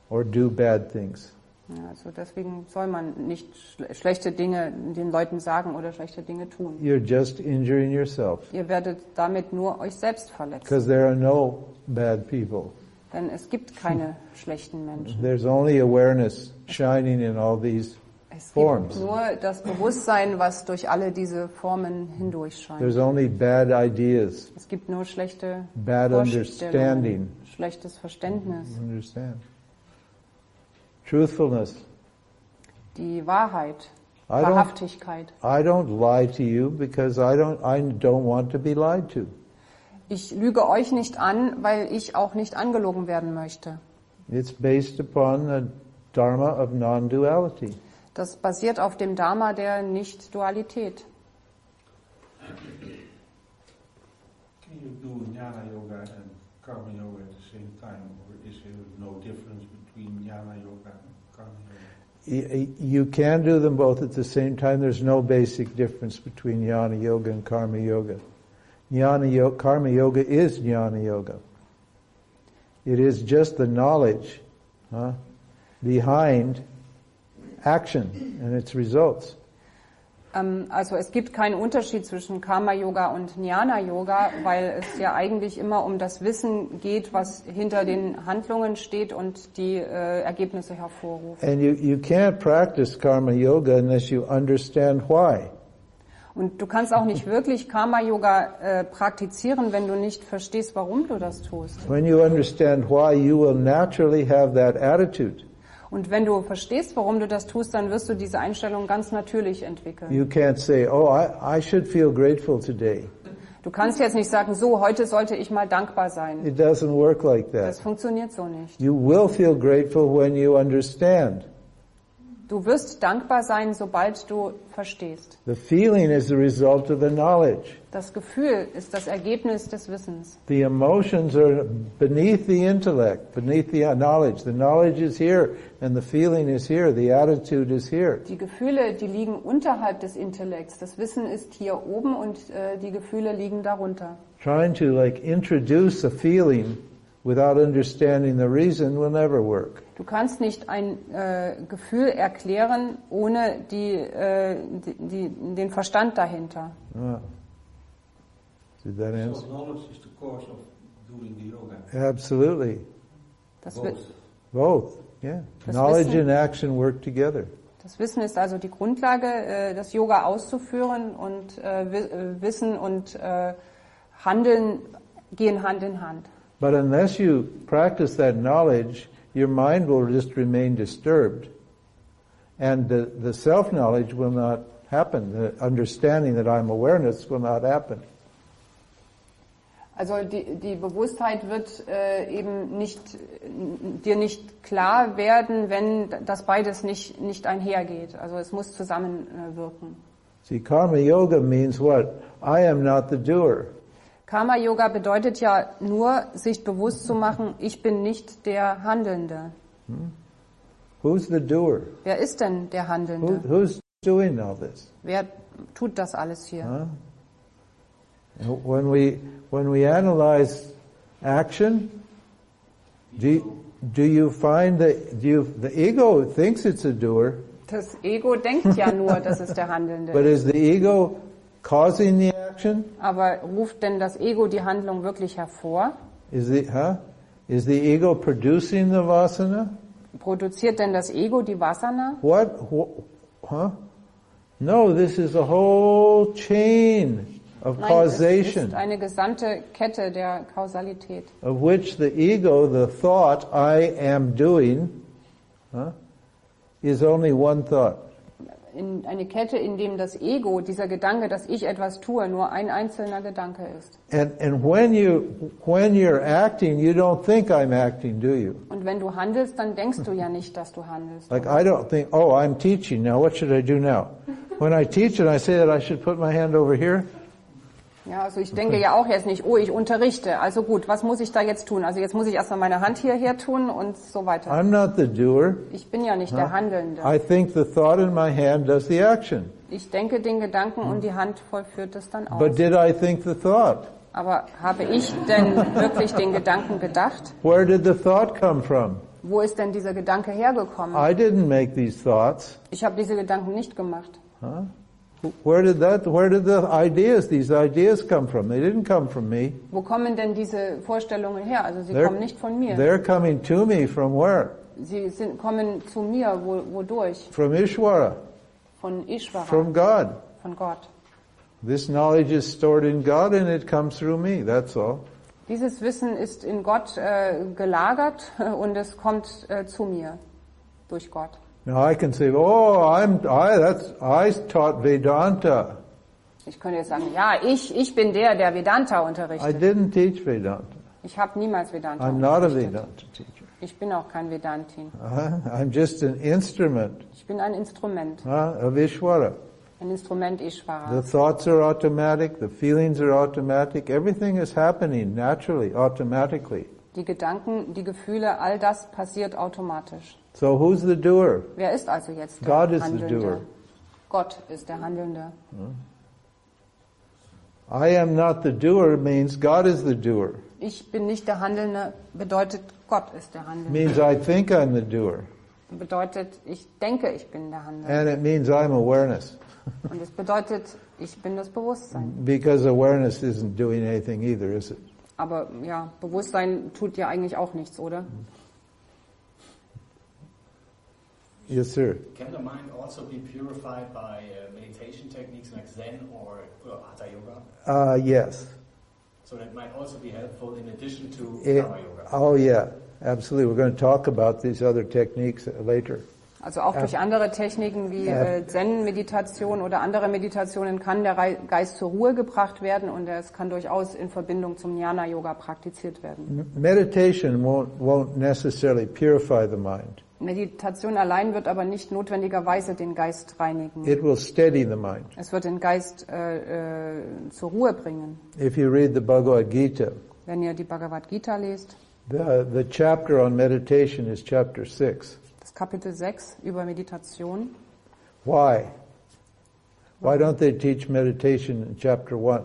or do bad things.
Ja, also deswegen soll man nicht schle- schlechte Dinge den Leuten sagen oder schlechte Dinge tun.
You're just injuring yourself
Ihr werdet damit nur euch selbst verletzen.
because there are no bad people.
Denn es gibt keine schlechten Menschen.
There's only awareness shining in all these
Es gibt
forms.
nur das Bewusstsein, was durch alle diese Formen hindurch scheint.
There's only bad ideas,
Es gibt nur schlechte
Bad
Vorstellungen,
understanding. Hm.
schlechtes Verständnis,
you understand. Truthfulness.
die Wahrheit,
I don't-
Wahrhaftigkeit.
I don't lie to you because I don't, I don't want to be lied to.
Ich lüge euch nicht an, weil ich auch nicht angelogen werden möchte.
It's based upon the dharma of non-duality.
Das basiert auf dem Dharma der Nicht-Dualität.
Can you do jnana yoga and karma yoga at the same time, or is there no difference between jnana yoga and karma yoga?
Y- y- You can do them both at the same time. There's no basic difference between jnana yoga and karma yoga. Jnana yoga, karma yoga is jnana yoga. It is just the knowledge huh, behind action and its results.
Ähm, also es gibt keinen Unterschied zwischen Karma-Yoga und Jnana-Yoga, weil es ja eigentlich immer um das Wissen geht, was hinter den Handlungen steht und die äh, Ergebnisse hervorruft.
And you, you can't practice karma yoga unless you understand why.
Und du kannst auch nicht wirklich Karma-Yoga äh, praktizieren, wenn du nicht verstehst, warum du das tust.
When you understand why, you will naturally have that attitude.
Und wenn du verstehst, warum du das tust, dann wirst du diese Einstellung ganz natürlich entwickeln.
You can't say, oh, I, I should feel grateful today.
Du kannst jetzt nicht sagen, so, heute sollte ich mal dankbar sein.
It doesn't work like
Das
that.
funktioniert so nicht.
You will feel grateful when you understand.
Du wirst dankbar sein, sobald du verstehst.
The feeling is the result of the knowledge.
Das Gefühl ist das Ergebnis des Wissens.
The emotions are beneath the intellect, beneath the knowledge. The knowledge is here, and the feeling is here, the attitude is here.
Die Gefühle, die liegen unterhalb des Intellekts. Das Wissen ist hier oben und äh, die Gefühle liegen darunter.
Trying to like introduce a feeling without understanding the reason will never work.
Du kannst nicht ein äh, Gefühl erklären ohne die, äh, die, die, den Verstand dahinter.
Ah. Did that
So
answer?
knowledge is the cause of doing the yoga.
Absolutely.
Das, Wi-
Both.
Both. Yeah.
Das
Knowledge
Wissen.
and action work together.
das Wissen ist also die Grundlage, äh, das Yoga auszuführen und äh, Wi- äh, Wissen und äh, Handeln gehen Hand in Hand.
But unless you practice that knowledge, your mind will just remain disturbed. And the, the self-knowledge will not happen. The understanding that I'm awareness will not happen.
Also die, die Bewusstheit wird äh, eben nicht, n- dir nicht klar werden, wenn das beides nicht, nicht einhergeht. Also es muss zusammenwirken. Äh, wirken.
See, karma yoga means what? I am not the doer.
Karma-Yoga bedeutet ja nur, sich bewusst zu machen, ich bin nicht der Handelnde.
Who's the doer?
Wer ist denn der
Who,
Handelnde?
who's doing all this?
Wer tut das alles hier?
Huh? And When we when we analyze action, do do you find that do you, the ego thinks it's a doer,
Das Ego denkt ja nur, dass es der Handelnde
but
ist.
is the ego causing the action?
Aber ruft denn das Ego die Handlung wirklich hervor?
Is the huh? Is the ego producing the vasana?
Produziert denn das Ego die Wasana?
What? Wh- huh? No, this is a whole chain of
Nein, es
causation
ist eine gesamte Kette der Kausalität,
of which the ego, the thought I am doing, huh, is only one thought.
in eine Kette, in dem das Ego, dieser Gedanke, dass ich etwas tue, nur ein einzelner Gedanke ist.
And and when you when you're acting, you don't think I'm acting, do you?
Und wenn du handelst, dann denkst du ja nicht, dass du handelst.
Like I don't think, oh, I'm teaching now. What should I do now? When I teach and I say that I should put my hand over here,
Ja, also ich denke ja auch jetzt nicht, oh, ich unterrichte. Also gut, was muss ich da jetzt tun? Also jetzt muss ich erstmal meine Hand hierher tun und so weiter.
I'm not the doer.
Ich bin ja nicht der Handelnde.
I think the thought in my hand does the action.
Ich denke den Gedanken und die Hand vollführt es dann
But
aus.
did I think the thought?
Aber habe ich denn wirklich den Gedanken gedacht?
Where did the thought come from?
Wo ist denn dieser Gedanke hergekommen?
I didn't make these thoughts.
Ich habe diese Gedanken nicht gemacht.
Huh? Where did that? Where did the ideas? These ideas come from? They didn't come from me.
Wo kommen denn diese Vorstellungen her? Also sie kommen nicht von mir.
They're coming to me from where?
Sie sind, kommen zu mir, wo, wodurch?
from Ishwara,
Von Ishvara,
from God.
von Gott.
This knowledge is stored in God and it comes through me, that's all.
Dieses Wissen ist in Gott äh, gelagert und es kommt äh, zu mir durch Gott.
Now I can say, oh, I'm, I, that's, I taught Vedanta.
Ich könnte jetzt sagen, ja, ich, ich bin der, der Vedanta
I
unterrichtet.
didn't teach Vedanta.
Ich habe niemals Vedanta
I'm not a
unterrichtet.
Vedanta teacher.
Ich bin auch kein Vedantin.
Uh-huh. I'm just an instrument
Ich bin ein Instrument,
uh, of Ishwara.
ein Instrument
The
Ishvaras.
thoughts are automatic, the feelings are automatic, everything is happening naturally, automatically.
Die Gedanken, die Gefühle, all das passiert automatisch.
So who's the doer?
Wer ist also jetzt der
God is the doer.
Handelnde? Gott ist der Handelnde.
I am not the doer means God is the doer.
Ich bin nicht der Handelnde, bedeutet Gott ist der Handelnde.
Means I think I'm the doer.
Bedeutet, ich denke, ich bin der Handelnde.
And it means I'm awareness.
Und es bedeutet, ich bin das Bewusstsein.
Because awareness isn't doing anything either, is it?
Aber ja, Bewusstsein tut ja eigentlich auch nichts, oder?
Yes, sir.
Can the mind also be purified by uh, meditation techniques like Zen or uh, Hatha Yoga?
Uh, yes.
So that might also be helpful in addition to
It-
Dharma Yoga.
oh, yeah, absolutely. We're going to talk about these other techniques later.
Also auch durch andere Techniken wie
Ja.
äh, Zen-Meditation oder andere Meditationen kann der Rei- Geist zur Ruhe gebracht werden und es kann durchaus in Verbindung zum Jnana-Yoga praktiziert werden.
M- Meditation won't, won't necessarily purify the mind.
Meditation allein wird aber nicht notwendigerweise den Geist reinigen.
It will steady the mind.
Es wird den Geist äh, äh, zur Ruhe bringen.
If you read the Bhagavad Gita,
Wenn ihr die Bhagavad Gita lest,
the, the chapter on meditation is chapter 6.
das Kapitel 6 über Meditation.
Why? Why don't they teach meditation in chapter 1?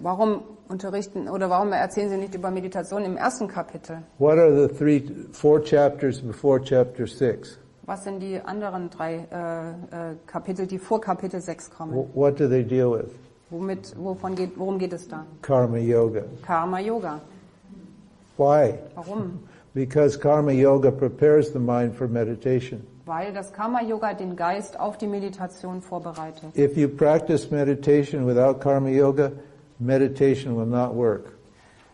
Warum unterrichten oder warum erzählen Sie nicht über Meditation im ersten Kapitel?
What are the three, four chapters before chapter 6?
Was sind die anderen drei äh, äh, Kapitel, die vor Kapitel 6 kommen?
Wh- What do they deal with?
Womit, wovon geht, worum geht es da?
Karma yoga.
Karma Yoga.
Why?
Warum?
Because karma yoga prepares the mind for meditation.
Weil das Karma Yoga den Geist auf die Meditation vorbereitet.
If you practice meditation without karma yoga, meditation will not work.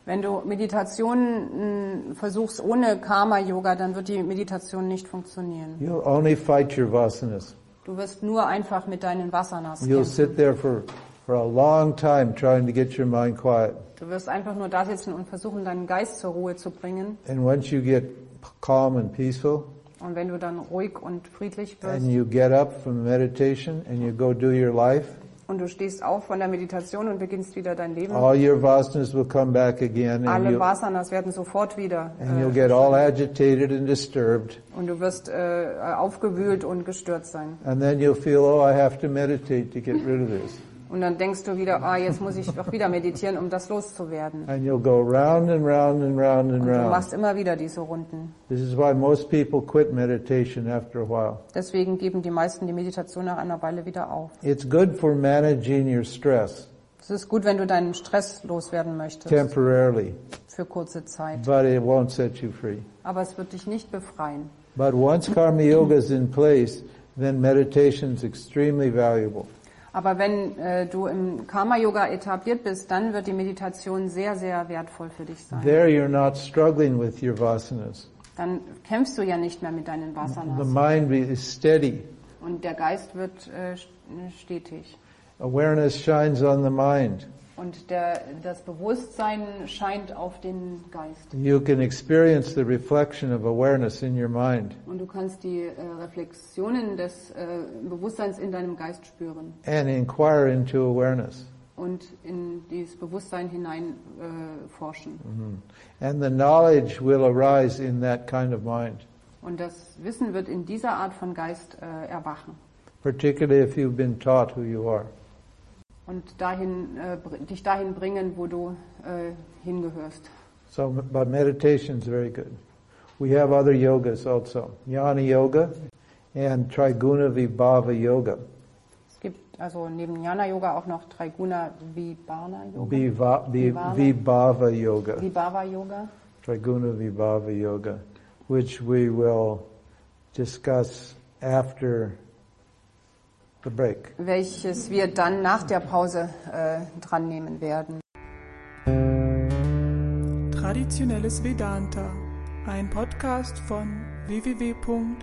Wenn du Meditationen mh, versuchst ohne Karma Yoga, dann wird die Meditation nicht funktionieren.
You'll only fight your vasanas.
Du wirst nur einfach mit deinen Vasanas
You'll
kämpfen.
sit there for, for a long time trying to get your mind quiet.
Du wirst einfach nur da sitzen und versuchen, deinen Geist zur Ruhe zu bringen.
And once you get p- calm and peaceful,
Und wenn du dann ruhig und friedlich wirst
and you get up from meditation and you go do your life,
und du stehst auf von der Meditation und beginnst wieder dein Leben,
all your vasanas will come back again and
alle
you'll,
Vasanas werden sofort wieder.
and
äh,
you'll get all agitated and disturbed.
Und du wirst äh, aufgewühlt und gestürzt sein.
And then you'll feel, oh, I have to meditate to get rid of this.
Und dann denkst du wieder, ah, jetzt muss ich doch wieder meditieren, um das loszuwerden.
And you'll go round and round and round and
Und du
round.
machst immer wieder diese Runden.
This is why most people quit meditation after a while.
Deswegen geben die meisten die Meditation nach einer Weile wieder auf.
It's good for managing your stress
Es ist gut, wenn du deinen Stress loswerden möchtest
temporarily,
für kurze Zeit.
but it won't set you free.
Aber es wird dich nicht befreien.
But once karma yoga is in place, then meditation's extremely valuable.
Aber wenn äh, du im Karma-Yoga etabliert bist, dann wird die Meditation sehr, sehr wertvoll für dich sein.
There you're not struggling with your vasanas.
Dann kämpfst du ja nicht mehr mit deinen
The
Vasanas.
mind be- is steady.
Und der Geist wird äh, stetig.
Awareness shines on the mind.
Und der, das Bewusstsein scheint auf den Geist.
You can experience the reflection of awareness in your mind.
Und du kannst die äh, Reflexionen des äh, Bewusstseins in deinem Geist spüren
and inquire into awareness.
und in dieses Bewusstsein hinein äh, forschen.
And the knowledge will arise in that kind of mind,
Und das Wissen wird in dieser Art von Geist äh, erwachen
particularly if you've been taught who you are.
und dahin, äh, br- dich dahin bringen, wo du äh, hingehörst.
So, but meditation's very good. We have other yogas also. Jnana Yoga and Triguna Vibhava Yoga.
Es gibt also neben Jnana Yoga auch noch Triguna Vibhana Yoga,
Viva, vi,
Vibhava.
Vibhava Yoga.
Vibhava Yoga.
Triguna Vibhava Yoga, which we will discuss after the break.
welches wir dann nach der Pause äh, dran nehmen werden.
Traditionelles Vedanta, ein Podcast von www.yoga-vidya.de